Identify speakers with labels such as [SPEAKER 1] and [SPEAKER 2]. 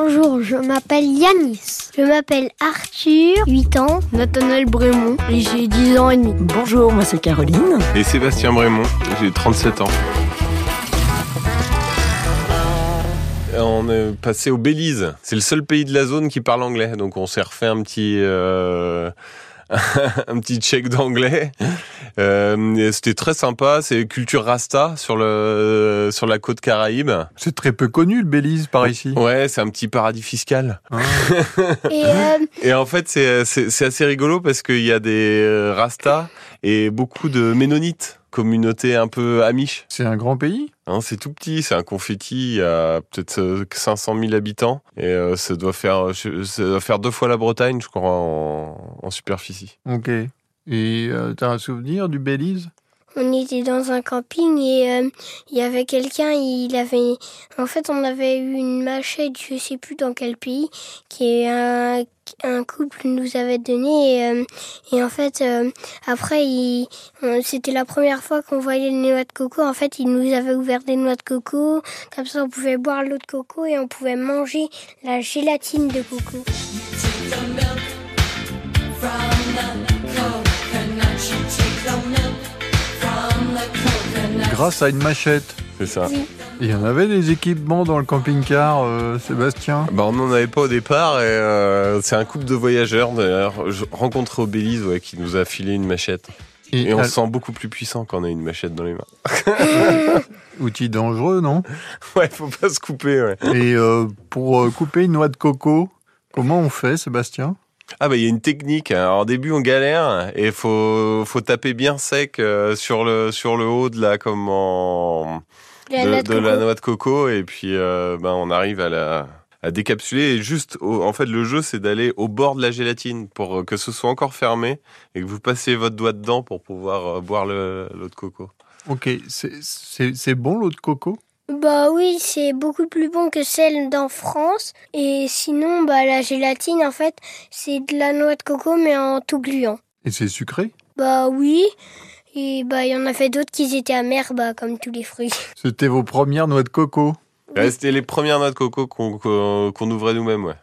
[SPEAKER 1] Bonjour, je m'appelle Yanis. Je m'appelle Arthur, 8 ans. Nathanaël Brémont, et j'ai 10 ans et demi.
[SPEAKER 2] Bonjour, moi c'est Caroline.
[SPEAKER 3] Et Sébastien Brémont, j'ai 37 ans. On est passé au Belize. C'est le seul pays de la zone qui parle anglais, donc on s'est refait un petit. euh, un petit check d'anglais. Euh, et C'était très sympa. C'est culture rasta sur le sur la côte caraïbe.
[SPEAKER 4] C'est très peu connu le Belize par ici.
[SPEAKER 3] Ouais, c'est un petit paradis fiscal.
[SPEAKER 1] Et euh,
[SPEAKER 3] Et en fait, c'est c'est- c'est assez rigolo parce qu'il y a des euh, Rastas et beaucoup de Ménonites, communauté un peu amiche.
[SPEAKER 4] C'est un grand pays
[SPEAKER 3] Hein, c'est tout petit, c'est un confetti, il y a peut-être euh, 500 000 habitants et euh, ça doit faire euh, je- ça doit faire deux fois la Bretagne, je crois, en, en superficie.
[SPEAKER 4] Ok. Et euh, t'as un souvenir du Belize
[SPEAKER 1] on était dans un camping et euh, il y avait quelqu'un, il avait... En fait, on avait eu une machette, je sais plus dans quel pays, qui un, un couple nous avait donné. Et, euh, et en fait, euh, après, il- on- c'était la première fois qu'on voyait les noix de coco. En fait, il nous avait ouvert des noix de coco. Comme ça, on pouvait boire l'eau de coco et on pouvait manger la gélatine de coco.
[SPEAKER 4] Grâce à une machette.
[SPEAKER 3] C'est ça.
[SPEAKER 4] Il y en avait des équipements dans le camping-car, euh, Sébastien
[SPEAKER 3] Bah, on n'en avait pas au départ et euh, c'est un couple de voyageurs d'ailleurs je- rencontrés au Belize ouais, qui nous a filé une machette. Et on
[SPEAKER 4] al-
[SPEAKER 3] se sent beaucoup plus puissant quand on a une machette dans les mains.
[SPEAKER 4] Outil dangereux, non
[SPEAKER 3] Ouais, faut pas se couper. Ouais.
[SPEAKER 4] Et euh, pour euh, couper une noix de coco, comment on fait, Sébastien
[SPEAKER 3] Ah bah il y a une technique. Alors au début on galère et faut faut taper bien sec euh, sur le sur le haut de la comment
[SPEAKER 1] La
[SPEAKER 3] de,
[SPEAKER 1] noix de
[SPEAKER 3] de la
[SPEAKER 1] coco.
[SPEAKER 3] noix de coco et puis euh, ben on arrive à la à décapsuler et juste au- en fait le jeu c'est d'aller au bord de la gélatine pour euh, que ce soit encore fermé et que vous passez votre doigt dedans pour pouvoir euh, boire le l'eau de coco.
[SPEAKER 4] Ok, c'est- c'est c'est bon l'eau de coco
[SPEAKER 1] Bah oui, c'est beaucoup plus bon que celle d'en France. Et sinon, bah la gélatine, en fait, c'est de la noix de coco, mais en tout gluant.
[SPEAKER 4] Et c'est sucré
[SPEAKER 1] Bah oui. Et bah il y en a fait d'autres qui étaient amers, bah comme tous les fruits.
[SPEAKER 4] C'était vos premières noix de coco
[SPEAKER 3] Ouais, C'était les premières noix de coco qu'on qu'on qu'on ouvrait nous-mêmes ouais.